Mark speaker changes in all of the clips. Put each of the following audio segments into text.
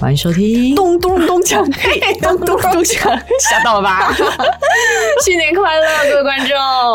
Speaker 1: 欢迎收听，
Speaker 2: 咚咚咚锵，咚 咚咚锵，吓到了 吧？
Speaker 1: 新年快乐，各位观众，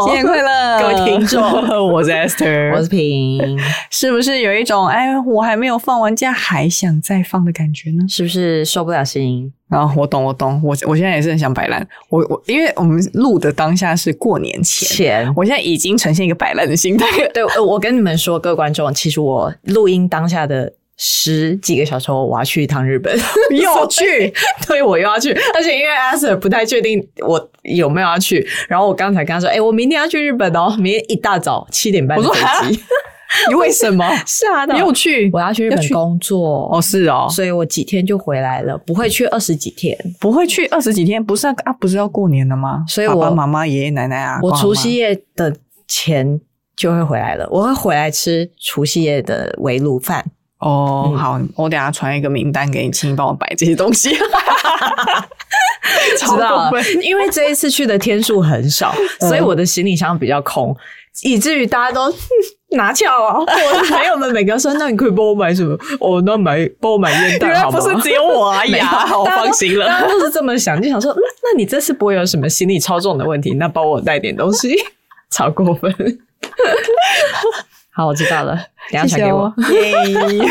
Speaker 2: 新年快 乐，
Speaker 1: 各位听众
Speaker 2: 我是 Esther，
Speaker 1: 我是平，
Speaker 2: 是不是有一种哎，我还没有放完假，还想再放的感觉呢？
Speaker 1: 是不是受不了心？
Speaker 2: 啊，我懂，我懂，我我现在也是很想摆烂。我我因为我们录的当下是过年前，
Speaker 1: 钱。
Speaker 2: 我现在已经呈现一个摆烂的心态了。
Speaker 1: 对，呃我跟你们说，各位观众，其实我录音当下的十几个小时后，我要去一趟日本，
Speaker 2: 又去，
Speaker 1: 对我又要去，而且因为 Aster 不太确定我有没有要去，然后我刚才跟他说，哎、我明天要去日本哦，明天一大早七点半
Speaker 2: 我
Speaker 1: 的
Speaker 2: 说哈
Speaker 1: 飞机，
Speaker 2: 你为什 么？
Speaker 1: 吓到
Speaker 2: 你，又去？
Speaker 1: 我要去日
Speaker 2: 要
Speaker 1: 本
Speaker 2: 去
Speaker 1: 工作
Speaker 2: 哦，是哦，
Speaker 1: 所以我几天就回来了，不会去二十几天。
Speaker 2: 不会去二十几天，不是啊，啊不是要过年了吗？
Speaker 1: 所以
Speaker 2: 爸
Speaker 1: 我
Speaker 2: 爸妈妈、爷爷奶奶啊，
Speaker 1: 我
Speaker 2: 爸妈
Speaker 1: 除夕夜的前就会回来了，我会回来吃除夕夜的围炉饭。
Speaker 2: 哦，
Speaker 1: 嗯
Speaker 2: 好，我等一下传一个名单给你，请你帮我摆这些 东西。
Speaker 1: 知道
Speaker 2: 超过
Speaker 1: 了
Speaker 2: 分， 嗯
Speaker 1: 因为这一次去的天数很少，所以我的行李箱比较空，以至于大家都。 拿翘啊！我的朋友们每个说：“那你可以帮我买什么？哦，那买帮我买烟
Speaker 2: 原
Speaker 1: 弹
Speaker 2: 来
Speaker 1: 好
Speaker 2: 不
Speaker 1: 吗？”
Speaker 2: 是只有我而已
Speaker 1: 没 有
Speaker 2: 啊，我
Speaker 1: 大家都
Speaker 2: 放心
Speaker 1: 大
Speaker 2: 了。
Speaker 1: 家都是这么想，就想说：“嗯，那你这次不会有什么行李超重的问题？那帮我带点东西。” 超过分。好，我知道了，等一下
Speaker 2: 哦
Speaker 1: 传给我。
Speaker 2: 耶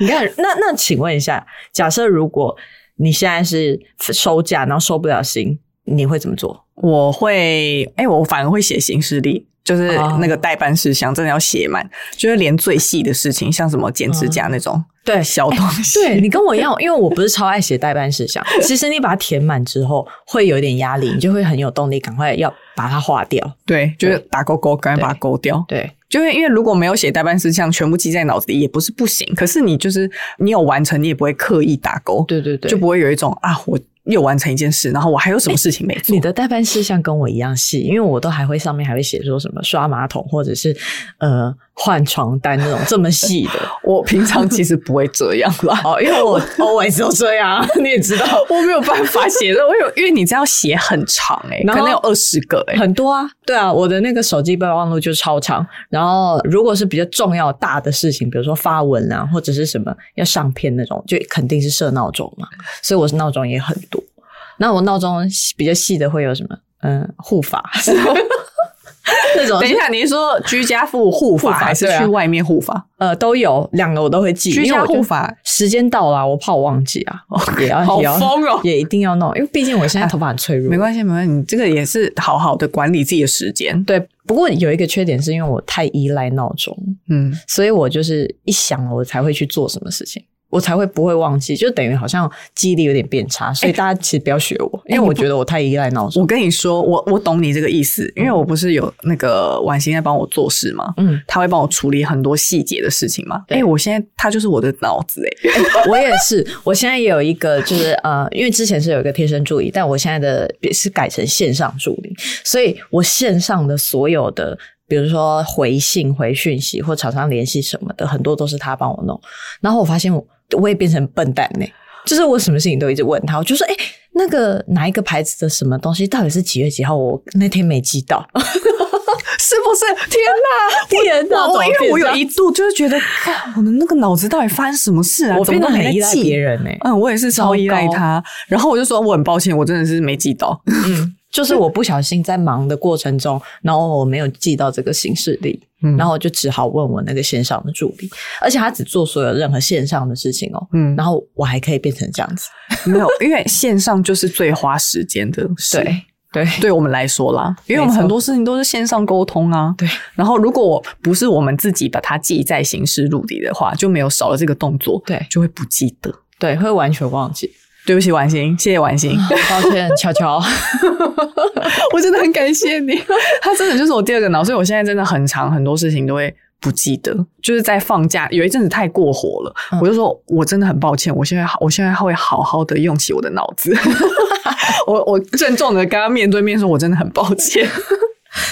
Speaker 1: 你看，那那请问一下，假设如果你现在是收假，然后收不了心，你会怎么做？
Speaker 2: 我会，哎、我反而会写行事历，就是
Speaker 1: 哦
Speaker 2: 那个代办事项，真的要写满，就是连最细的事情，像什么剪指甲那种
Speaker 1: 嗯对哎
Speaker 2: 小东西。
Speaker 1: 对你跟我一样，因为我不是超爱写代办事项。其实你把它填满之后，会有点压力，你就会很有动力，赶快要把它划掉。
Speaker 2: 对，就是打勾勾，赶快把它勾掉。
Speaker 1: 对，
Speaker 2: 就是因为如果没有写代办事项，全部记在脑子里也不是不行。可是你就是你有完成，你也不会刻意打勾，
Speaker 1: 对对对，
Speaker 2: 就不会有一种啊，我又完成一件事，然后我还有什么事情没做？
Speaker 1: 你的代办事项跟我一样细，因为我都还会上面还会写说什么刷马桶或者是呃换床单那种这么细的。。
Speaker 2: 我平常其实不会这样啦
Speaker 1: 哦，因为我 always 都这样，你也知道，
Speaker 2: 我没有办法写的，我有因为你这样写很长哎、
Speaker 1: 然
Speaker 2: 可
Speaker 1: 后
Speaker 2: 能有二十个哎、
Speaker 1: 很多啊，对啊，我的那个手机备忘录就超长。然后如果是比较重要大的事情，比如说发文啊，或者是什么要上片那种，就肯定是设闹钟嘛。所以我是闹钟也很多。那我闹钟比较细的会有什么？嗯，护法 那种
Speaker 2: 等一下，你是说居家护护
Speaker 1: 护
Speaker 2: 法
Speaker 1: 法
Speaker 2: 还是
Speaker 1: 对啊
Speaker 2: 去外面护法？
Speaker 1: 呃，都有两个我都会记，
Speaker 2: 居
Speaker 1: 因为
Speaker 2: 家
Speaker 1: 我就
Speaker 2: 护法
Speaker 1: 时间到了啊，我怕我忘记 啊，也要
Speaker 2: 好
Speaker 1: 也要
Speaker 2: 疯哦哎
Speaker 1: 也一定要弄，因为毕竟我现在头发很脆弱。
Speaker 2: 没关系，没关系，你这个也是好好的管理自己的时间。
Speaker 1: 对，不过有一个缺点是因为我太依赖闹钟，
Speaker 2: 嗯，
Speaker 1: 所以我就是一想了我才会去做什么事情，我才会不会忘记，就等于好像记忆力有点变差，所以大家其实不要学我，因为我觉得我太依赖闹钟。
Speaker 2: 我跟你说，我我懂你这个意思，因为我不是有那个婉欣在帮我做事吗？
Speaker 1: 嗯，
Speaker 2: 他会帮我处理很多细节的事情嘛？哎、
Speaker 1: 对
Speaker 2: 我现在他就是我的脑子哎、
Speaker 1: 我也是，我现在也有一个，就是呃，因为之前是有一个贴身助理，但我现在的也是改成线上助理，所以我线上的所有的，比如说回信、回讯息或厂商联系什么的，很多都是他帮我弄。然后我发现我我也变成笨蛋呢、就是我什么事情都一直问他，我就说，哎、那个哪一个牌子的什么东西到底是几月几号？我那天没记到，
Speaker 2: 是不是？天 哪！
Speaker 1: 天
Speaker 2: 我我因为我有
Speaker 1: 一
Speaker 2: 一度就是觉得，看我的那个脑子到底发生什么事啊？
Speaker 1: 我
Speaker 2: 怎么
Speaker 1: 变得
Speaker 2: 都没
Speaker 1: 很
Speaker 2: 在
Speaker 1: 依赖
Speaker 2: 记
Speaker 1: 别。人呢、
Speaker 2: 嗯，我也是超依赖
Speaker 1: 糟糕
Speaker 2: 他。然后我就说，我很抱歉，我真的是没记到。
Speaker 1: 嗯， 就是我不小心在忙的过程中，然后我没有记到这个行事历，
Speaker 2: 嗯
Speaker 1: 然后我就只好问我那个线上的助理，而且他只做所有任何线上的事情哦，
Speaker 2: 嗯，
Speaker 1: 然后我还可以变成这样子，
Speaker 2: 没有，因为线上就是最花时间的事。
Speaker 1: 对对
Speaker 2: 对我们来说啦，因为我们
Speaker 1: 没错
Speaker 2: 很多事情都是线上沟通啊。
Speaker 1: 对，
Speaker 2: 然后如果我不是我们自己把它记在行事录里的话，就没有少了这个动作，
Speaker 1: 对
Speaker 2: 就会不记得。
Speaker 1: 对，会完全忘记，
Speaker 2: 对不起，婉欣，谢谢婉欣，
Speaker 1: 抱歉，乔乔，
Speaker 2: 我真的很感谢你。他真的就是我第二个脑，所以我现在真的很长，很多事情都会不记得，就是在放假有一阵子太过火了，我就说我真的很抱歉，我现在我现在会好好的用起我的脑子，我我郑重的跟他面对面说，我真的很抱歉。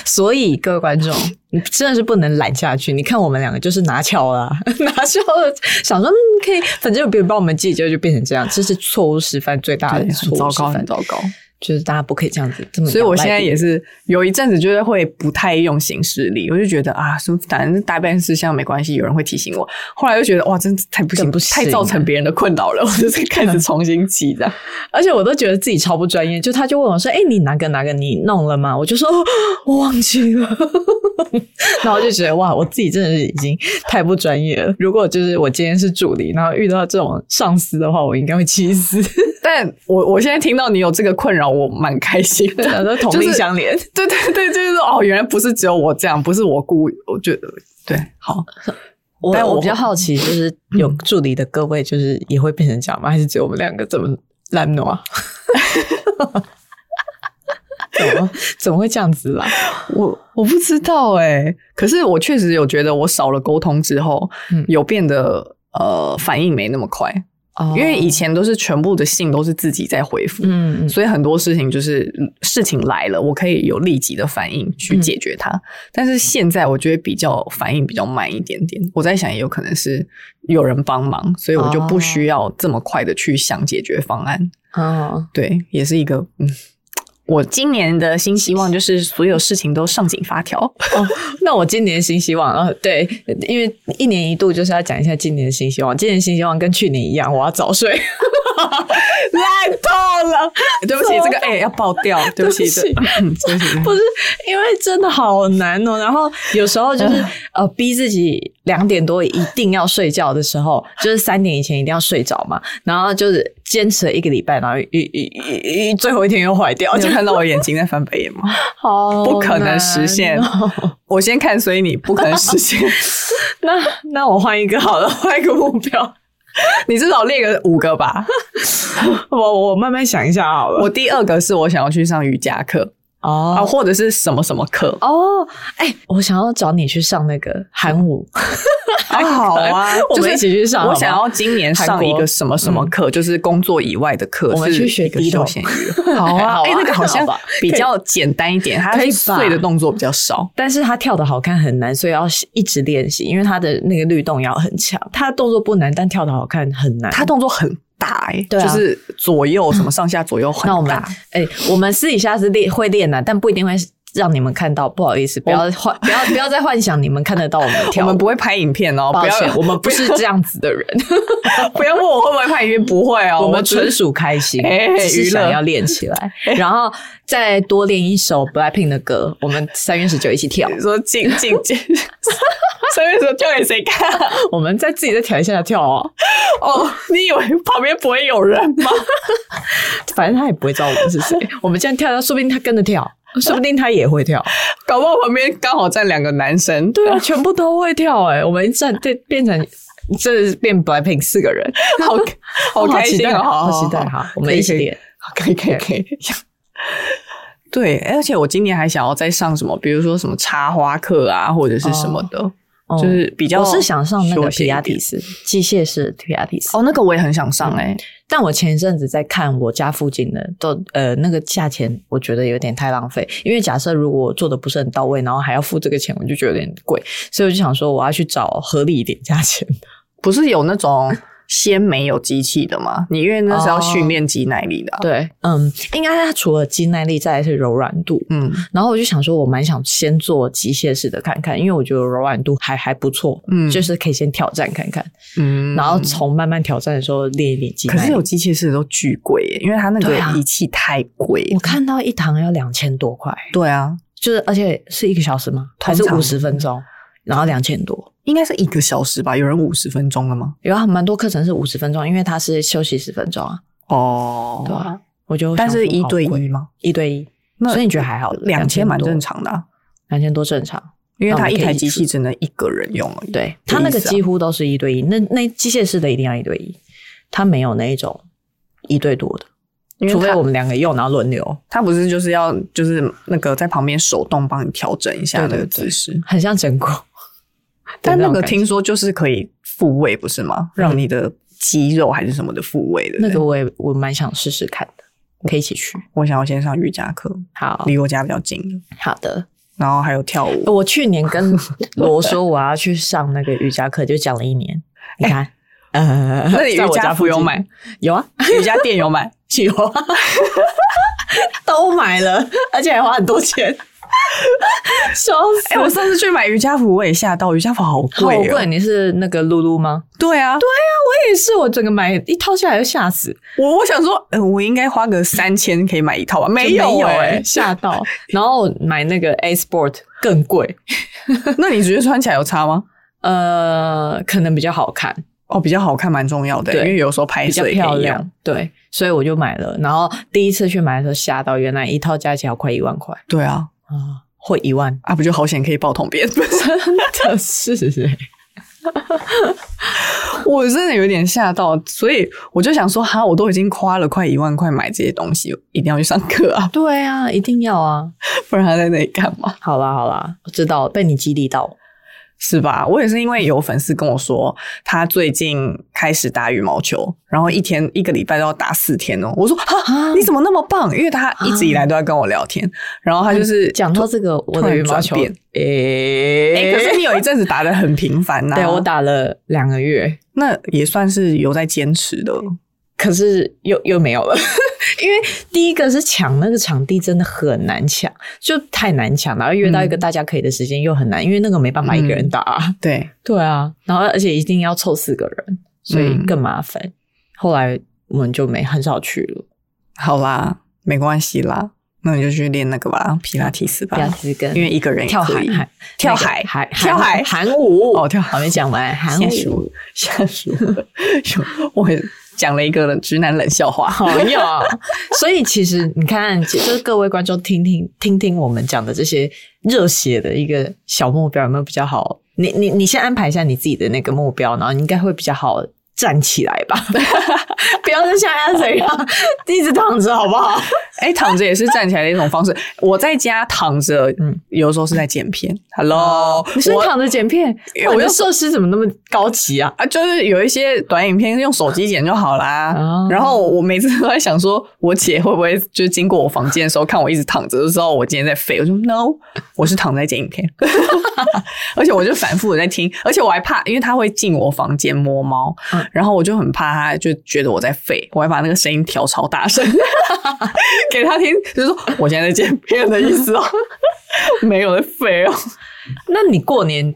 Speaker 1: 所以各位观众，你真的是不能懒下去。你看我们两个就是拿翘了啊、 拿翘了，想说嗯可以，反正有别人帮我们记，结果就变成这样，这是错误示范最大的
Speaker 2: 对，很
Speaker 1: 错
Speaker 2: 糟
Speaker 1: 误示
Speaker 2: 糕，很
Speaker 1: 范，
Speaker 2: 糟糕。
Speaker 1: 就是大家不可以这样子这么仰赖别人。
Speaker 2: 所以我现在也是有一阵子就是会不太用行事力，我就觉得啊，什么反正大办事项没关系，有人会提醒我。后来又觉得哇，真的太不行，
Speaker 1: 更不行
Speaker 2: 太造成别人的困扰 了，我就是开始重新记的。
Speaker 1: 而且我都觉得自己超不专业，就他就问我说：“哎、你哪个哪个你弄了吗？”我就说：“哦我忘记了。” 然后就觉得哇，我自己真的是已经太不专业了。如果就是我今天是助理，然后遇到这种上司的话，我应该会气 死，
Speaker 2: 但我我现在听到你有这个困扰，我蛮开心的，
Speaker 1: 大家都同病
Speaker 2: 就是
Speaker 1: 相怜。
Speaker 2: 对对对，就是说哦，原来不是只有我这样，不是我故意，我觉得对，好，
Speaker 1: 我
Speaker 2: 但
Speaker 1: 我嗯
Speaker 2: 我
Speaker 1: 比较好奇，就是有助理的各位，就是也会变成这样吗？还是只有我们两个这么烂挪啊？ 怎么怎么会这样子啦？
Speaker 2: 我我不知道哎、可是我确实有觉得我少了沟通之后，
Speaker 1: 嗯
Speaker 2: 有变得呃反应没那么快，
Speaker 1: 哦
Speaker 2: 因为以前都是全部的信都是自己在回复。
Speaker 1: 嗯嗯
Speaker 2: 所以很多事情就是嗯事情来了，我可以有立即的反应去解决它。但是现在我觉得比较反应比较慢一点点。我在想，也有可能是有人帮忙，所以我就不需要这么快的去想解决方案。
Speaker 1: 哦，
Speaker 2: 对，也是一个嗯。我今年的新希望就是所有事情都上紧发条。
Speaker 1: 那我今年新希望啊、呃对，因为一年一度就是要讲一下今年新希望。今年新希望跟去年一样，我要早睡， 烂透了。
Speaker 2: 对不起，
Speaker 1: 怎么
Speaker 2: 这个哎、要爆掉，对不起，
Speaker 1: 对不
Speaker 2: 这
Speaker 1: 起
Speaker 2: 嗯对不起，
Speaker 1: 不是因为真的好难哦。然后有时候就是呃，逼自己两点多一定要睡觉的时候，就是三点以前一定要睡着嘛。然后就是坚持了一个礼拜，然后一一一一最后一天又坏掉，
Speaker 2: 你
Speaker 1: 就
Speaker 2: 有看到我眼睛在翻白眼吗？
Speaker 1: 好
Speaker 2: 不可
Speaker 1: 哦难
Speaker 2: 能实现
Speaker 1: 哦
Speaker 2: 我先看随你，不可能实现。
Speaker 1: 那那我换一个好了，换一个目标。
Speaker 2: 你至少列个五个吧。
Speaker 1: 我我慢慢想一下好了。
Speaker 2: 我第二个是我想要去上瑜伽课
Speaker 1: 哦
Speaker 2: 啊，或者是什么什么课。
Speaker 1: 哦，哎、我想要找你去上那个韩舞，
Speaker 2: 啊好啊
Speaker 1: 哦我们
Speaker 2: 就是
Speaker 1: 一起去上好吗
Speaker 2: 我想要今年上一
Speaker 1: 韩
Speaker 2: 个
Speaker 1: 国
Speaker 2: 什么什么课，就是工作以外的课，
Speaker 1: 我们
Speaker 2: 是
Speaker 1: 去学
Speaker 2: 一个
Speaker 1: 迪
Speaker 2: 休
Speaker 1: 斗
Speaker 2: 闲娱 乐。好
Speaker 1: 好啊
Speaker 2: 哎，那个好像
Speaker 1: 好吧
Speaker 2: 比较简单一点，它
Speaker 1: 可以吧
Speaker 2: 碎的动作比较少。
Speaker 1: 但是他跳的好看很难，所以要一直练习，因为他的那个律动要很强。他的动作不难，但跳的好看很难。
Speaker 2: 它动作很大哎，
Speaker 1: 对啊
Speaker 2: 就是左右什么上下左右很
Speaker 1: 那我们
Speaker 2: 大。
Speaker 1: 哎、我们私底下是练会练的、啊但不一定会让你们看到。不好意思，不要幻，不要不要再幻想你们看得到 我们
Speaker 2: 哦我
Speaker 1: 跳。
Speaker 2: 们不会拍影片哦，
Speaker 1: 抱
Speaker 2: 不要
Speaker 1: 歉，我们不是这样子的人，
Speaker 2: 不要问我会不会拍影片，不会 哦，
Speaker 1: 我们
Speaker 2: 只
Speaker 1: 纯属开心，
Speaker 2: 哎
Speaker 1: 只是
Speaker 2: 娱乐
Speaker 1: 想要练起 来，然后再多练一首 BLACKPINK 的歌，我们三月十九一起 跳。
Speaker 2: 你说进进进， 所以说跳给谁看？
Speaker 1: 我们再自己再调一下跳哦，
Speaker 2: 哦，你以为旁边不会有人 吗？
Speaker 1: 反正他也不会知道我们是谁。我们这样跳跳，说不定他跟着跳，说不定他也会跳。
Speaker 2: 搞不好旁边刚好站两个男生，
Speaker 1: 对啊，全部都会跳哎、我们站对变成这是变 BLACKPINK 四个人，
Speaker 2: 好好开心
Speaker 1: 期待
Speaker 2: 哦，
Speaker 1: 啊好
Speaker 2: 好
Speaker 1: 期待哈，我们一起，练。
Speaker 2: 好可以可以可以。对，哎而且我今年还想要再上什么，比如说什么插花课啊，或者是什么的，
Speaker 1: 哦
Speaker 2: 就是比较
Speaker 1: 我是想上那个
Speaker 2: 休闲
Speaker 1: 皮
Speaker 2: 一
Speaker 1: 亚
Speaker 2: 点
Speaker 1: 提斯，机械式皮亚提斯。
Speaker 2: 哦，那个我也很想上哎、
Speaker 1: 但我前一阵子在看我家附近的，都呃那个价钱，我觉得有点太浪费。因为假设如果我做的不是很到位，然后还要付这个钱，我就觉得有点贵，所以我就想说我要去找合理一点价钱。
Speaker 2: 不是有那种先没有机器的吗？你因为那是要
Speaker 1: 哦
Speaker 2: 训练肌耐力的啊、
Speaker 1: 对，嗯，应该它除了肌耐力，再来是柔软度。
Speaker 2: 嗯
Speaker 1: 然后我就想说，我蛮想先做机械式的看看，因为我觉得柔软度还还不错，
Speaker 2: 嗯
Speaker 1: 就是可以先挑战看看，
Speaker 2: 嗯
Speaker 1: 然后从慢慢挑战的时候练一练肌
Speaker 2: 可
Speaker 1: 耐
Speaker 2: 是
Speaker 1: 力。
Speaker 2: 有机械式的都巨贵耶，因为它那个
Speaker 1: 对啊
Speaker 2: 仪器太贵。
Speaker 1: 我看到一堂要两千多块，
Speaker 2: 对啊，
Speaker 1: 就是而且是一个小时吗？还是
Speaker 2: 通常
Speaker 1: 五十分钟？然后两千多，
Speaker 2: 应该是一个小时吧？有人五十分钟了吗？
Speaker 1: 有啊，蛮多课程是五十分钟，因为它是休息十分钟啊，
Speaker 2: 哦
Speaker 1: 对啊，我就
Speaker 2: 但是
Speaker 1: 想说
Speaker 2: 一
Speaker 1: 好
Speaker 2: 对
Speaker 1: 贵
Speaker 2: 一吗？
Speaker 1: 一对一，
Speaker 2: 那
Speaker 1: 所以你觉得还好？
Speaker 2: 两千蛮正
Speaker 1: 常，
Speaker 2: 常的啊、
Speaker 1: 两千多正常。
Speaker 2: 因为
Speaker 1: 那我
Speaker 2: 它
Speaker 1: 们
Speaker 2: 一
Speaker 1: 可以
Speaker 2: 台
Speaker 1: 一
Speaker 2: 机
Speaker 1: 起
Speaker 2: 器只能一个人用而已。
Speaker 1: 对，
Speaker 2: 的
Speaker 1: 它那个
Speaker 2: 意思啊
Speaker 1: 几乎都是一对一，那那机械式的一定要一对一，它没有那一种一对多的，
Speaker 2: 因为
Speaker 1: 除非
Speaker 2: 它
Speaker 1: 我们两个用，然后轮流，
Speaker 2: 它不是就是要就是那个在旁边手动帮你调整一下
Speaker 1: 对
Speaker 2: 那
Speaker 1: 对
Speaker 2: 个
Speaker 1: 对
Speaker 2: 姿势，
Speaker 1: 很像整蛊。
Speaker 2: 但那
Speaker 1: 种
Speaker 2: 个
Speaker 1: 感觉嗯
Speaker 2: 听说就是可以复位，不是吗？让你的肌肉还是什么的复位的。
Speaker 1: 那个我也我蛮想试试看的，可以一起去。
Speaker 2: 我想要先上瑜伽课，
Speaker 1: 好
Speaker 2: 离我家比较近的，
Speaker 1: 好的，
Speaker 2: 然后还有跳舞。
Speaker 1: 我去年跟罗说我要去上那个瑜伽课，就讲了一 年。你看，呃，
Speaker 2: 那 你
Speaker 1: 在
Speaker 2: 瑜
Speaker 1: 我
Speaker 2: 伽
Speaker 1: 附
Speaker 2: 服有
Speaker 1: 近
Speaker 2: 买？
Speaker 1: 有啊，
Speaker 2: 瑜伽垫 有买？
Speaker 1: 有 啊，都买了，而且还花很多 钱，笑死！
Speaker 2: 哎、我上次去买瑜伽服，我也吓到，瑜伽服好
Speaker 1: 好
Speaker 2: 贵、哦，
Speaker 1: 贵，你是那个露露吗？
Speaker 2: 对啊，对，
Speaker 1: 我也是，我整个买一套下来就吓死，
Speaker 2: 我我想说，嗯、我应该花个三千可以买一套吧？没有
Speaker 1: 有欸
Speaker 2: 哎、
Speaker 1: 吓到。 然后买那个 A Sport 更贵，
Speaker 2: 那你觉得穿起来有差吗？
Speaker 1: 呃，可能比较好看，
Speaker 2: 哦，比较好看，蛮重要的、
Speaker 1: 对
Speaker 2: 因为有时候拍
Speaker 1: 比较
Speaker 2: 摄也
Speaker 1: 漂
Speaker 2: 可以用。
Speaker 1: 亮，对，所以我就买了。然后第一次去买的时候吓到，原来一套加起来要快一万块
Speaker 2: 对啊，
Speaker 1: 啊，或一 万，
Speaker 2: 啊，不就好险可以抱桶 边？
Speaker 1: 真的是。欸
Speaker 2: 我真的有点吓到，所以我就想说，哈，我都已经花了快一万块买这些东西，一定要去上课啊，
Speaker 1: 对啊，一定要啊！
Speaker 2: 不然还在那里干嘛？
Speaker 1: 好啦好啦，我知道了被你激励到。
Speaker 2: 是吧？我也是因为有粉丝跟我说，他最近开始打羽毛球，然后一天一个礼拜都要打四天哦。我说哈
Speaker 1: 啊，
Speaker 2: 你怎么那么棒？因为他一直以来都在跟我聊天，然后他就是
Speaker 1: 哎讲到这个，我
Speaker 2: 突
Speaker 1: 的
Speaker 2: 然
Speaker 1: 羽毛球，
Speaker 2: 转变
Speaker 1: 诶
Speaker 2: 哎、可是你有一阵子打的很频繁呐、
Speaker 1: 对我，打了两个月，
Speaker 2: 那也算是有在坚持的。
Speaker 1: 可是又又没有了，因为第一个是抢那个场地真的很难抢，就太难抢，然后约到一个大家可以的时间又很难，因为那个没办法一个人打、
Speaker 2: 对，
Speaker 1: 对啊，然后而且一定要凑四个人，所以更麻烦。后来我们就没很少去了，
Speaker 2: 好啦，没关系啦，那你就去练那个吧，皮拉提斯吧
Speaker 1: 这，样子跟
Speaker 2: 因为一个人也
Speaker 1: 跳
Speaker 2: 可
Speaker 1: 海
Speaker 2: 以
Speaker 1: 海
Speaker 2: 跳
Speaker 1: 那个
Speaker 2: 海
Speaker 1: 海
Speaker 2: 跳海
Speaker 1: 韩舞
Speaker 2: 哦跳海
Speaker 1: 还没讲完韩
Speaker 2: 下属
Speaker 1: 舞，
Speaker 2: 下属， 我讲了一个直男冷笑话。
Speaker 1: 好有。 所以其实你看，就是各位观众听听听听我们讲的这些热血的一个小目标，有没有比较好？你你你先安排一下你自己的那个目标，然后你应该会比较好站起来 吧？不要再像安怎样一直躺着好不好？
Speaker 2: 哎、躺着也是站起来的一种方式。我在家躺着，嗯
Speaker 1: 嗯，
Speaker 2: 有时候是在剪片。Hello，
Speaker 1: 哦你是不
Speaker 2: 我
Speaker 1: 是躺着剪片？哇
Speaker 2: 我
Speaker 1: 你
Speaker 2: 就
Speaker 1: 的设施怎么那么高级啊？
Speaker 2: 啊，就是有一些短影片用手机剪就好啦。
Speaker 1: 哦
Speaker 2: 然后我每次都在想说，我姐会不会就是经过我房间的时候看我一直躺着，就知道我今天在废？我说 no，我是躺着在剪影 片，而且我就反复的在听，而且我还怕，因为她会进我房间摸猫，
Speaker 1: 嗯
Speaker 2: 然后我就很怕她就觉得我在废，我还把那个声音调超大声 给她听，就是说我现在在剪片的意思 哦，没有在废哦。
Speaker 1: 那你过年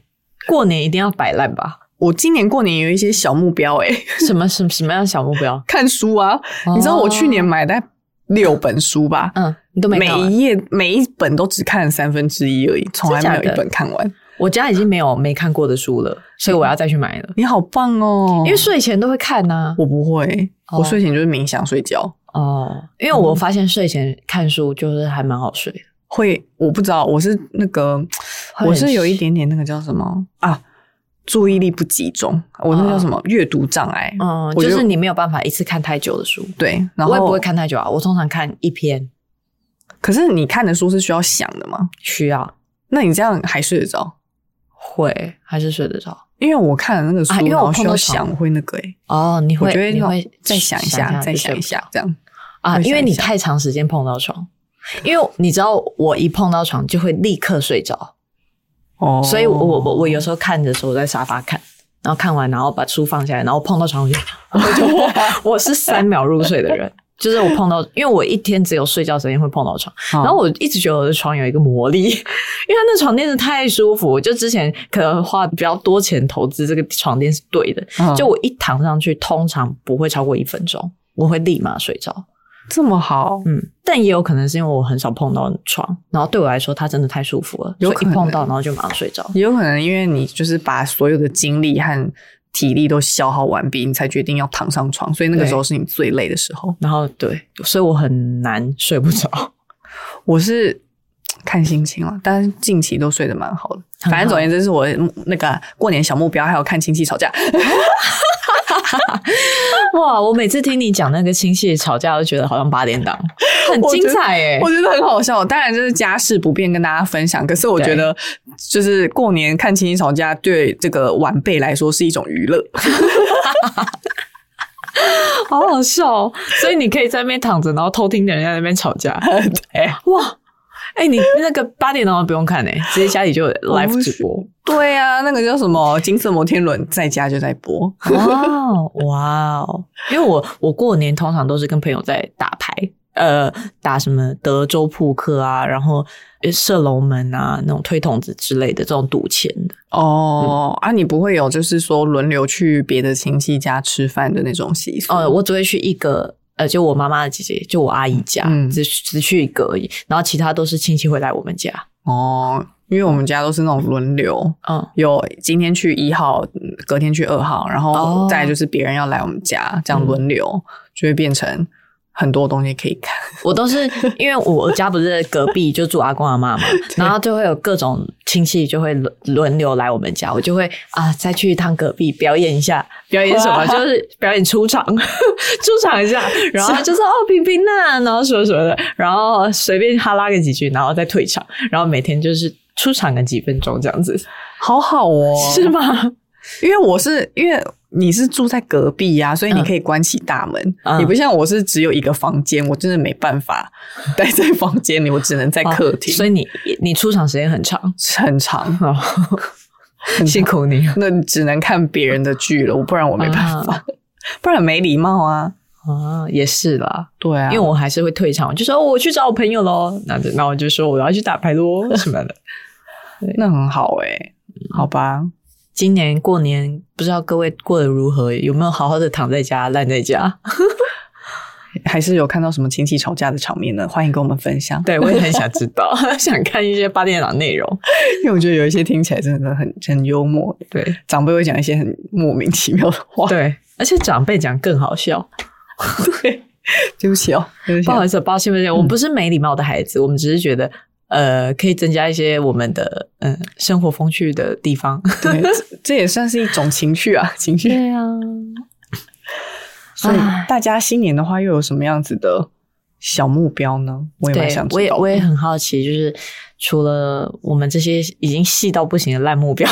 Speaker 1: 过年一定要摆烂吧？
Speaker 2: 我今年过年有一些小目标诶、
Speaker 1: 什么什么什么样的小目标？哦
Speaker 2: 看书啊，你知道我去年买大概六本书吧，
Speaker 1: 嗯，你都没
Speaker 2: 每
Speaker 1: 看完。
Speaker 2: 一页每一本都只看了三分之一而已，从来没有
Speaker 1: 真假的
Speaker 2: 一本看完。
Speaker 1: 我家已经没有没看过的书了，所以我要再去买了。
Speaker 2: 你好棒哦！
Speaker 1: 因为睡前都会看呐、
Speaker 2: 我不会，
Speaker 1: 哦
Speaker 2: 我睡前就是冥想睡觉，
Speaker 1: 哦，因为我发现睡前看书就是还蛮好睡的。
Speaker 2: 会我不知道我是那个，
Speaker 1: 会
Speaker 2: 我是有一点点那个叫什么啊，注意力不集中，我那个叫什么阅读障碍。
Speaker 1: 嗯，
Speaker 2: 我
Speaker 1: 就
Speaker 2: 觉得
Speaker 1: 是你没有办法一次看太久的书。
Speaker 2: 对，然
Speaker 1: 我也
Speaker 2: 后
Speaker 1: 不会看太久啊，我通常看一篇，
Speaker 2: 可是你看的书是需要想的吗？
Speaker 1: 需要
Speaker 2: 那你这样还睡得着？
Speaker 1: 会还是睡得着。
Speaker 2: 因为我看了那个书，
Speaker 1: 啊因为
Speaker 2: 然
Speaker 1: 我
Speaker 2: 后需
Speaker 1: 碰到
Speaker 2: 要
Speaker 1: 床
Speaker 2: 想，我会那个、欸。
Speaker 1: 哦，你
Speaker 2: 我
Speaker 1: 会
Speaker 2: 觉得
Speaker 1: 你
Speaker 2: 那种
Speaker 1: 会
Speaker 2: 再想一下，再想一下，这样。
Speaker 1: 啊，
Speaker 2: 会
Speaker 1: 因为
Speaker 2: 想一
Speaker 1: 你
Speaker 2: 下
Speaker 1: 太长时间碰到床，因为你知道我一碰到床就会立刻睡着，
Speaker 2: 哦
Speaker 1: 所以我我我有时候看的时候我在沙发看，然后看完然后把书放下来，然后碰到床我就我就 我我是三秒入睡的人。就是我碰到，因为我一天只有睡觉时间会碰到床，
Speaker 2: 嗯
Speaker 1: 然后我一直觉得我的床有一个魔力，因 为它那床垫是太舒服。我就之前可能花比较多钱投资这个床垫是对的，
Speaker 2: 嗯
Speaker 1: 就我一躺上去，通常不会超过一分钟，我会立马睡着。
Speaker 2: 这么好，
Speaker 1: 嗯，但也有可能是因为我很少碰到床，然后对我来说它真的太舒服了，
Speaker 2: 有
Speaker 1: 所以
Speaker 2: 可
Speaker 1: 一碰
Speaker 2: 能
Speaker 1: 到然后就马上睡着。
Speaker 2: 也有可能因为你就是把所有的精力和体力都消耗完毕，你才决定要躺上床，所以那个
Speaker 1: 对
Speaker 2: 时候是你最累的时候。
Speaker 1: 然后对，所以我很难睡不着。
Speaker 2: 我是看心情了，但是近期都睡得蛮好的。
Speaker 1: 很好
Speaker 2: 反正总而言之，是我那个过年小目标，还有看亲戚吵架。
Speaker 1: 哇，我每次听你讲那个亲戚吵架，都觉得好像八点档，很精彩哎、
Speaker 2: 我觉得很好笑。当然，就是家事不便跟大家分享。可是我觉得，就是过年看亲戚吵架，对这个晚辈来说是一种娱乐。
Speaker 1: 好好笑、哦。所以你可以在那边躺着，然后偷听着人家在那边吵 架。
Speaker 2: 对
Speaker 1: 哇，哎、你那个八点档都不用看哎、直接家里就 有 live 直播。
Speaker 2: 对啊，那个叫什么《金色摩天轮》，在家就在播。
Speaker 1: 哦，哇哦！因为我我过年通常都是跟朋友在打牌，呃，打什么德州扑克啊，然后呃射龙门啊，那种推筒子之类的这种赌钱的。
Speaker 2: 哦、啊，你不会有就是说轮流去别的亲戚家吃饭的那种习俗？
Speaker 1: 呃，我只会去一个，呃，就我妈妈的姐姐，就我阿姨家，
Speaker 2: 嗯
Speaker 1: 只只去一个而已，然后其他都是亲戚会来我们家。
Speaker 2: 哦，因为我们家都是那种轮流，
Speaker 1: 嗯，
Speaker 2: 有今天去一号，嗯隔天去二号，然后
Speaker 1: 哦嗯
Speaker 2: 再来就是别人要来我们家，这样轮流、就会变成很多东西可以看。
Speaker 1: 我都 是因为我我家不是隔壁就住阿公阿妈嘛，然后就会有各种亲戚就会轮轮流来我们家，我就会啊再去一趟隔壁表演一下，表演什 么就是表演出场， 出场一下，然后就是
Speaker 2: 啊
Speaker 1: 哦平平呐，然后什么什么的，然后随便哈拉个几句，然后再退场，然后每天就是出场个几分钟这样子，
Speaker 2: 好好哦，
Speaker 1: 是吗？
Speaker 2: 因为我是因为你是住在隔壁呀、所以你
Speaker 1: 嗯
Speaker 2: 可以关起大门。
Speaker 1: 嗯
Speaker 2: 你不像我是只有一个房间，我真的没办法待在房间里，我只能在客厅，
Speaker 1: 哦所以你你出场时间很长，
Speaker 2: 很长，
Speaker 1: 哦， 辛苦你了
Speaker 2: 那你只能看别人的剧了，我不然我没办法，不然很没礼貌啊。
Speaker 1: 啊，也是啦。
Speaker 2: 对啊，
Speaker 1: 因为我还是会退场，我就说、哦我去找我朋友喽，那就那我就说我要去打牌喽什么的。
Speaker 2: 那很好哎、好吧，
Speaker 1: 今年过年不知道各位过得如何，有没有好好的躺在家烂在家？
Speaker 2: 还是有看到什么亲戚吵架的场面呢？欢迎跟我们分享。
Speaker 1: 对我也很想知道， 想看一些八点档内容。
Speaker 2: 因为我觉得有一些听起来真的很很幽默，
Speaker 1: 对
Speaker 2: 长辈会讲一些很莫名其妙的话。
Speaker 1: 对，而且长辈讲更好笑。
Speaker 2: 对，对不起哦，对不起
Speaker 1: 不
Speaker 2: 哦、
Speaker 1: 好意思，抱歉抱歉，我们不是没礼貌的孩子，我们只是觉得呃，可以增加一些我们的嗯、生活风趣的地方。
Speaker 2: 对，这这也算是一种情绪啊，情绪。
Speaker 1: 对啊，
Speaker 2: 所以大家新年的话，又有什么样子的小目标呢？我也蛮
Speaker 1: 对
Speaker 2: 想，知
Speaker 1: 我也
Speaker 2: 道的
Speaker 1: 我也很好奇，就是除了我们这些已经细到不行的烂目标，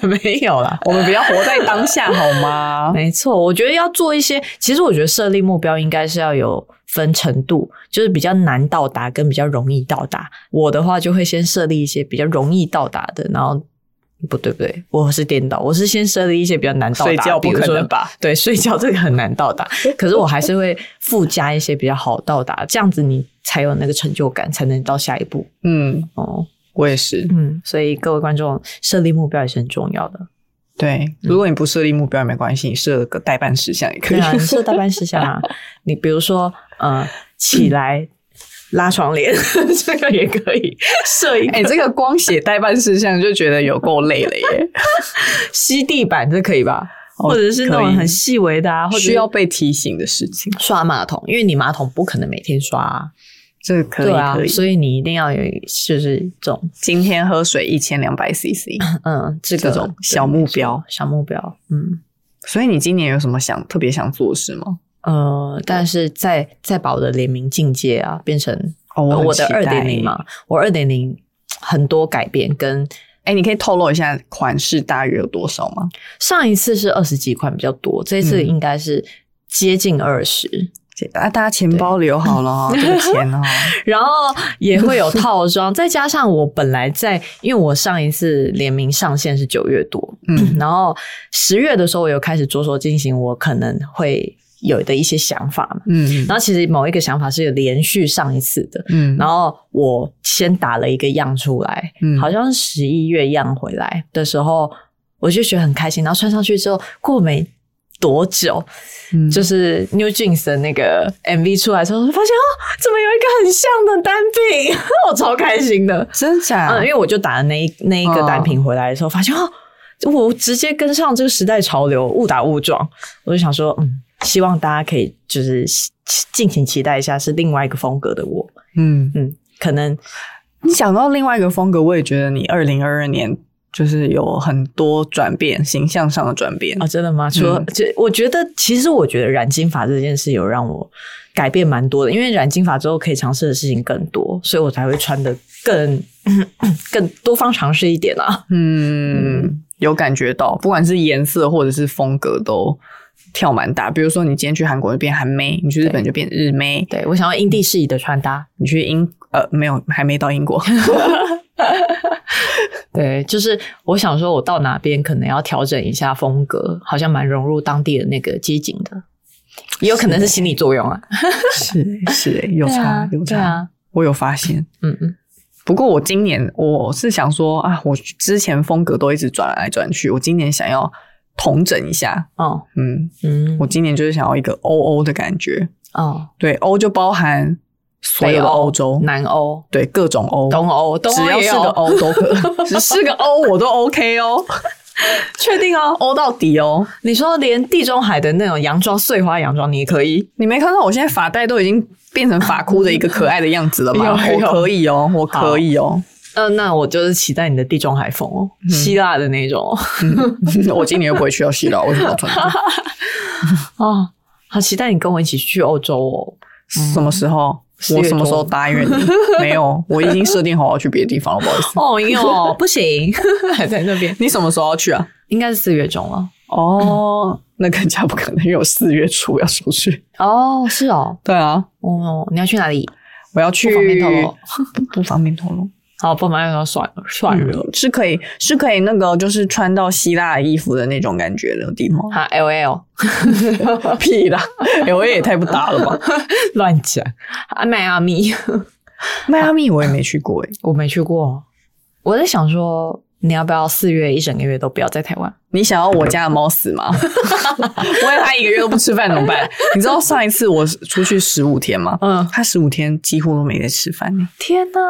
Speaker 1: 没有啦。
Speaker 2: 我们比较活在当下，好 吗？
Speaker 1: 没错，我觉得要做一些，其实我觉得设立目标应该是要有分程度，就是比较难到达跟比较容易到达。我的话就会先设立一些比较容易到达的，然后不对不对，我是颠倒，我是先设立一些比较难到达，
Speaker 2: 睡觉不可
Speaker 1: 比如说
Speaker 2: 能吧？
Speaker 1: 对，睡觉这个很难到 达，可是我还是会附加一些比较好到达，这样子你才有那个成就感，才能到下一步
Speaker 2: 嗯，
Speaker 1: 哦。
Speaker 2: 我也是。
Speaker 1: 嗯，所以各位观众，设立目标也是很重要的。嗯
Speaker 2: 对，如果你不设立目标也没关系，你设个代办事项也可
Speaker 1: 对
Speaker 2: 以。
Speaker 1: 啊，你设代办事项 啊，你比如说呃，起来拉床帘， 这个也可以设一个。
Speaker 2: 哎、这个光写代办事项就觉得有够累了 耶，
Speaker 1: 吸地板这可以吧？
Speaker 2: 哦
Speaker 1: 或者是那
Speaker 2: 可
Speaker 1: 种
Speaker 2: 以
Speaker 1: 很细微的啊，或者是
Speaker 2: 需要被提醒的事情，
Speaker 1: 刷马桶，因为你马桶不可能每天刷、啊，
Speaker 2: 这个可以、
Speaker 1: 对啊
Speaker 2: 可，以。
Speaker 1: 所以你一定要有就是这种
Speaker 2: 今天喝水一千两百 CC，
Speaker 1: 嗯，这
Speaker 2: 这
Speaker 1: 个
Speaker 2: 种小目标，
Speaker 1: 小目标，嗯
Speaker 2: 所以你今年有什么想特别想做的事吗？
Speaker 1: 呃，但是再再把我的联名境界啊，变成、
Speaker 2: 哦
Speaker 1: 呃
Speaker 2: 很
Speaker 1: 我的
Speaker 2: 期待
Speaker 1: 二点零嘛，我二点零很多改变，跟
Speaker 2: 哎、你可以透露一下款式大约有多少吗？
Speaker 1: 上一次是二十几款比较多，这一次
Speaker 2: 嗯
Speaker 1: 应该是接近二 十、
Speaker 2: 啊，大家钱包留好了哦，这个钱 哦，
Speaker 1: 然后也会有套装，再加上我本来在，因为我上一次联名上线是九月多，
Speaker 2: 嗯，
Speaker 1: 然后十月的时候我有开始着手进行我可能会有的一些想法嘛。
Speaker 2: 嗯
Speaker 1: 然后其实某一个想法是有连续上一次的，
Speaker 2: 嗯，
Speaker 1: 然后我先打了一个样出来，
Speaker 2: 嗯
Speaker 1: 好像十一月样回来的时候，我就觉得很开心。然后穿上去之后，过没多久，
Speaker 2: 嗯
Speaker 1: 就是 New Jeans 的那个 MV 出来之后，我就发现哦，怎么有一个很像的单品， 我超开心的。
Speaker 2: 真假？
Speaker 1: 嗯，因为我就打了那一那一个单品回来的时候，发现哦，我直接跟上这个时代潮流，误打误撞，我就想说，嗯，希望大家可以就是敬请期待一下，是另外一个风格的我。
Speaker 2: 嗯，
Speaker 1: 嗯，可能
Speaker 2: 你讲到另外一个风格，我也觉得你二零二二年就是有很多转变，形象上的转变
Speaker 1: 啊、。真的吗？除了
Speaker 2: 嗯
Speaker 1: 这、我觉得其实我觉得染金发这件事有让我改变蛮多的，因为染金发之后可以尝试的事情更多，所以我才会穿的更 更多方尝试一点啊。
Speaker 2: 嗯，有感觉到，不管是颜色或者是风格都跳蛮大。比如说，你今天去韩国就变韩妹，你去日本就变日妹，
Speaker 1: 对我想要因地适宜的穿搭，
Speaker 2: 你去英呃没有还没到英国，
Speaker 1: 对，就是我想说，我到哪边可能要调整一下风格，好像蛮融入当地的那个街景的，也有可能是心理作用啊，
Speaker 2: 是是欸有
Speaker 1: 对
Speaker 2: 差
Speaker 1: 啊
Speaker 2: 有
Speaker 1: 对
Speaker 2: 差，
Speaker 1: 啊，
Speaker 2: 我有发现。
Speaker 1: 嗯嗯，
Speaker 2: 不过我今年我是想说啊，我之前风格都一直转来转去，我今年想要统整一下。
Speaker 1: 哦，
Speaker 2: 嗯，
Speaker 1: 嗯
Speaker 2: 我，今年就是想要一个欧欧的感觉。
Speaker 1: 哦，
Speaker 2: 对，欧就包含所有的欧洲，
Speaker 1: 南欧、
Speaker 2: 对各种欧，
Speaker 1: 东欧，东
Speaker 2: 只
Speaker 1: 欧
Speaker 2: 要
Speaker 1: 也
Speaker 2: 是
Speaker 1: 有
Speaker 2: 个，欧 都可，只是个欧我都 OK 哦，
Speaker 1: 确定哦。
Speaker 2: 欧到底哦。
Speaker 1: 你说连地中海的那种洋装、碎花洋装你也可以，
Speaker 2: 你没看到我现在发带都已经变成发箍的一个可爱的样子了吗？
Speaker 1: 有有
Speaker 2: 我可以哦，我可以哦，
Speaker 1: 嗯、那我就是期待你的地中海风哦，希腊的那种哦
Speaker 2: 嗯 我今年又不会去到希腊，为什么要穿这个？
Speaker 1: 哦，好期待你跟我一起去欧洲哦。
Speaker 2: 什么时候？
Speaker 1: 10
Speaker 2: 我
Speaker 1: 月
Speaker 2: 什么时候
Speaker 1: 中
Speaker 2: 答应你？ 没有，我已经设定好要去别的地方了，不好意思。
Speaker 1: 哦 哟，不行，还在那边，
Speaker 2: 你什么时候要去啊？
Speaker 1: 应该是四月中了。
Speaker 2: 哦，那更加不可能，因为我四月初要出去。
Speaker 1: 哦，是哦，
Speaker 2: 对啊，
Speaker 1: 哦，你要去哪里？
Speaker 2: 我要去，
Speaker 1: 不方便透露
Speaker 2: 不不方便透露。
Speaker 1: 好，哦不瞒说算了算了。
Speaker 2: 嗯是可以，是可以那个，就是穿到希腊衣服的那种感觉的 地方。
Speaker 1: 哈 L L
Speaker 2: 屁啦，我也太不搭了吧！
Speaker 1: 乱讲啊，迈阿密
Speaker 2: 迈阿密我也没去过欸诶、
Speaker 1: 我没去过，啊我在想说你要不要四月一整个月都不要在台湾？
Speaker 2: 你想要我家的猫死 吗？万一它一个月都不吃饭怎么办？你知道上一次我出去十五天吗？
Speaker 1: 嗯，
Speaker 2: 它十五天几乎都没在吃饭、欸，
Speaker 1: 天哪，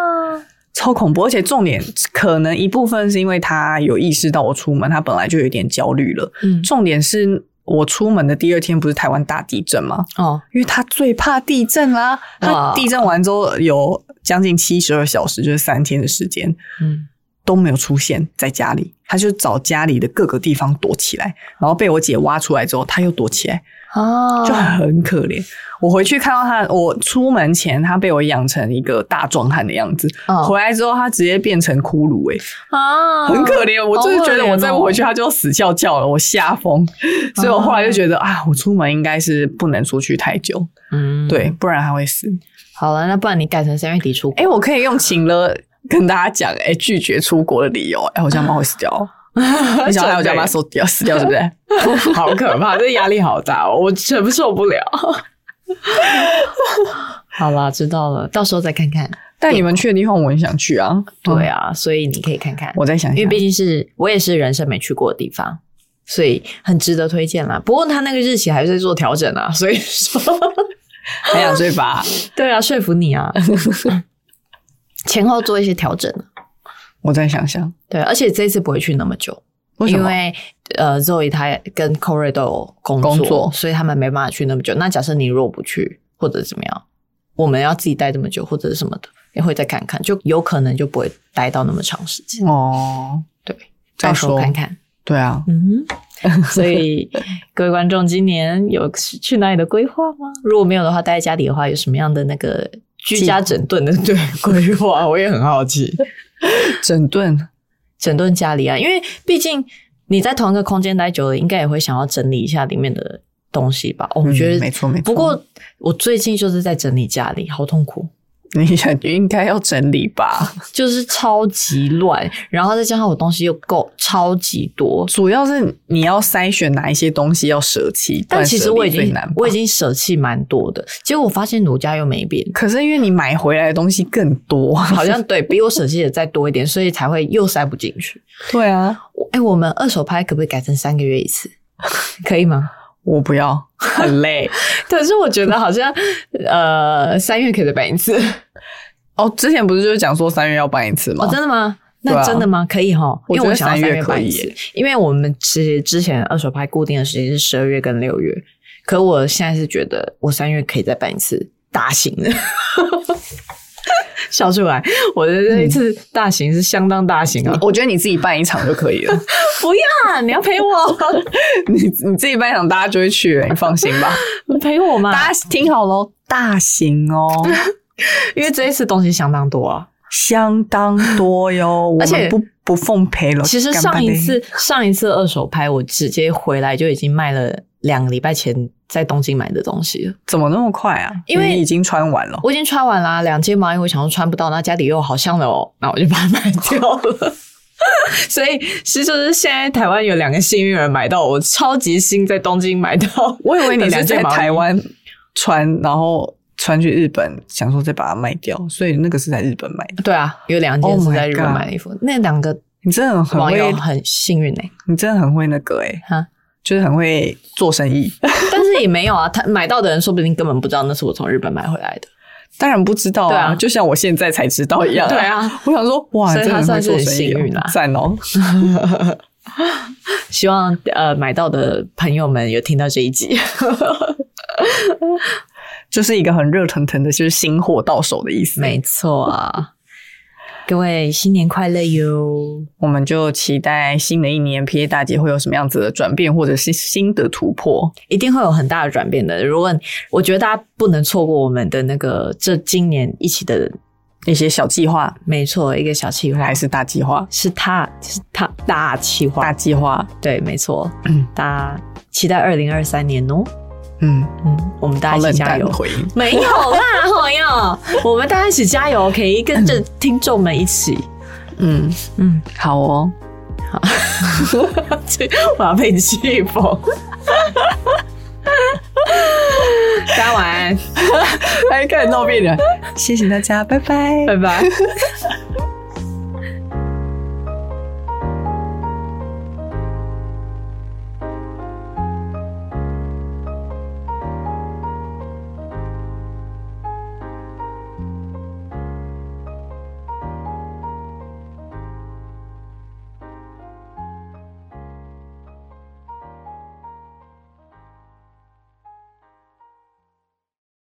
Speaker 2: 超恐怖。而且重点可能一部分是因为它有意识到我出门，它本来就有点焦虑了。
Speaker 1: 嗯
Speaker 2: 重点是我出门的第二天不是台湾大地震吗？
Speaker 1: 哦，
Speaker 2: 因为他最怕地震啦。
Speaker 1: 哇
Speaker 2: 他地震完之后有将近七十二小时，就是三天的时间
Speaker 1: 嗯，
Speaker 2: 都没有出现在家里，他就找家里的各个地方躲起来，然后被我姐挖出来之后，他又躲起来，
Speaker 1: 哦，
Speaker 2: 就很可怜。我回去看到他，我出门前他被我养成一个大壮汉的样子，
Speaker 1: 哦
Speaker 2: 回来之后他直接变成骷髅、欸，
Speaker 1: 啊
Speaker 2: 很可怜，我就是觉得我再不回去，
Speaker 1: 好可怜哦
Speaker 2: 他就要死翘翘了，我吓疯。所以我后来就觉得啊，我出门应该是不能出去太久，
Speaker 1: 嗯，
Speaker 2: 对，，不然还会死。
Speaker 1: 好了，那不然你改成三月底出国
Speaker 2: 哎、我可以用请了跟大家讲，哎、拒绝出国的理由。哎、我家猫会死掉哦，你想害我家猫死掉死掉，对不对？
Speaker 1: 好可怕，这压力好大、哦，我承受不了。好啦，知道了，到时候再看看。
Speaker 2: 但你们去的地方我很想去啊。
Speaker 1: 对
Speaker 2: 啊，
Speaker 1: 啊，所以你可以看看，
Speaker 2: 我再想
Speaker 1: 因为
Speaker 2: 想
Speaker 1: 毕。竟是我也是人生没去过的地方，所以很值得推荐啦。不过他那个日期还是在做调整啊，所以说
Speaker 2: 很想睡吧？
Speaker 1: 对啊，说服你啊， 前后做一些调整。啊
Speaker 2: 我再想想，
Speaker 1: 对，啊而且这次不会去那么久，
Speaker 2: 为什
Speaker 1: 因
Speaker 2: 么？
Speaker 1: 为呃，Zoe 她跟 Corey 都有工作，
Speaker 2: 工作
Speaker 1: 所以他们没办法去那么久。那假设你如果不去或者怎么样，我们要自己待这么久或者是什么的，也会再看看，就有可能就不会待到那么长时间。
Speaker 2: 哦，
Speaker 1: 对，嗯
Speaker 2: 再
Speaker 1: 到时候
Speaker 2: 说
Speaker 1: 看看。
Speaker 2: 对啊，
Speaker 1: 嗯， 所以各位观众，今年有去去哪里的规划吗？如果没有的话，待在家里的话，有什么样的那个居家整顿的对规划？我也很好奇。
Speaker 2: 整顿
Speaker 1: 整顿家里啊，因为毕竟你在同一个空间待久了，应该也会想要整理一下里面的东西吧。哦，我
Speaker 2: 嗯
Speaker 1: 觉得、
Speaker 2: 没错没错
Speaker 1: 不过我最近就是在整理家里，好痛苦，
Speaker 2: 你想应该要整理吧？
Speaker 1: 就是超级乱，然后再加上我东西又够超级多。
Speaker 2: 主要是你要筛选哪一些东西要舍弃，
Speaker 1: 但
Speaker 2: 断
Speaker 1: 其
Speaker 2: 舍
Speaker 1: 实我
Speaker 2: 离
Speaker 1: 已
Speaker 2: 最
Speaker 1: 经
Speaker 2: 难吧。
Speaker 1: 我已经舍弃蛮多的，结果我发现奴家又没变，
Speaker 2: 可是因为你买回来的东西更多，
Speaker 1: 好像对比我舍弃的再多一点，所以才会又塞不进去。
Speaker 2: 对啊，
Speaker 1: 我哎、我们二手拍可不可以改成三个月一次？ 可以吗？
Speaker 2: 我不要，很累。
Speaker 1: 可是我觉得好像呃三月可以再办一次
Speaker 2: 哦，之前不是就是讲说三月要办一次吗？
Speaker 1: 哦，真的吗？
Speaker 2: 对
Speaker 1: 那
Speaker 2: 啊
Speaker 1: 真的吗？可以哈，因
Speaker 2: 我觉
Speaker 1: 为
Speaker 2: 得
Speaker 1: 我想要
Speaker 2: 三
Speaker 1: 三
Speaker 2: 月
Speaker 1: 月办一
Speaker 2: 可以
Speaker 1: 次，因为我们其实之前二手拍固定的时间是十二月跟六月，可我现在是觉得我三月可以再办一次大型的， 笑出来。我的这一次大型是相当大型啊！
Speaker 2: 我觉得你自己办一场就可以了，
Speaker 1: 不要，你要陪 我，
Speaker 2: 你你自己办一场，大家就会去了，你放心吧。
Speaker 1: 陪我嘛！
Speaker 2: 大家听好喽，大型 哦，
Speaker 1: 因为这一次东西相当多啊。
Speaker 2: 相当多哟，我
Speaker 1: 而且
Speaker 2: 们不不奉陪了。
Speaker 1: 其实
Speaker 2: 干
Speaker 1: 上
Speaker 2: 巴
Speaker 1: 一
Speaker 2: 嘞
Speaker 1: 次上一次二手拍，我直接回来就已经卖了两个礼拜前在东京买的东西了。
Speaker 2: 怎么那么快啊？
Speaker 1: 因为
Speaker 2: 你已经穿完了。
Speaker 1: 我已经穿完啦、两件毛衣，我想说穿不到，那家里又有好香的哦，那我就把它卖掉了。 所以其实就是现在台湾有两个幸运儿买到我超级新在东京买到，
Speaker 2: 我以为你是
Speaker 1: 两件
Speaker 2: 在
Speaker 1: 毛衣
Speaker 2: 台湾穿，然后穿去日本，想说再把它卖掉，所以那个是在日本买的。
Speaker 1: 对啊，有两件
Speaker 2: Oh
Speaker 1: 是
Speaker 2: my
Speaker 1: 在日本
Speaker 2: God
Speaker 1: 买的衣服，那两个
Speaker 2: 你真的很
Speaker 1: 网友
Speaker 2: 会，
Speaker 1: 很幸运哎、
Speaker 2: 你真的很会那个哎、
Speaker 1: 哈
Speaker 2: 就是很会做生意。
Speaker 1: 但是也没有啊，他买到的人说不定根本不知道那是我从日本买回来的。
Speaker 2: 当然不知道
Speaker 1: 对
Speaker 2: 啊，
Speaker 1: 啊
Speaker 2: 就像我现在才知道一样、
Speaker 1: 对，啊，
Speaker 2: 我想说，哇，
Speaker 1: 所以
Speaker 2: 真的
Speaker 1: 他算
Speaker 2: 很会
Speaker 1: 是
Speaker 2: 做
Speaker 1: 很
Speaker 2: 生意
Speaker 1: 幸运
Speaker 2: 哦
Speaker 1: 啦，
Speaker 2: 赞哦！
Speaker 1: 希望呃买到的朋友们有听到这一集。
Speaker 2: 就是一个很热腾腾的，就是新货到手的意 思。
Speaker 1: 没错啊，各位新年快乐哟！
Speaker 2: 我们就期待新的一年 PA 大姐会有什么样子的转变，或者是新的突破。
Speaker 1: 一定会有很大的转变的。如果我觉得大家不能错过我们的那个这今年一起的，
Speaker 2: 一些小计划
Speaker 1: 没错，一个小计划
Speaker 2: 还是大计划？
Speaker 1: 是他是他大计划
Speaker 2: 大，计划，
Speaker 1: 对，没错，
Speaker 2: 嗯
Speaker 1: 大家期待二零二三年哦，
Speaker 2: 嗯，
Speaker 1: 嗯，我们大家
Speaker 2: 好
Speaker 1: 一
Speaker 2: 冷
Speaker 1: 起加
Speaker 2: 淡
Speaker 1: 油
Speaker 2: 的。回应。
Speaker 1: 没有啦，朋友，我们大家一起加油，可以跟着听众们一起，
Speaker 2: 嗯，
Speaker 1: 嗯，
Speaker 2: 好哦，
Speaker 1: 我要被气疯。 大家晚安，
Speaker 2: 还看闹别人，谢谢大家，拜拜，
Speaker 1: 拜拜。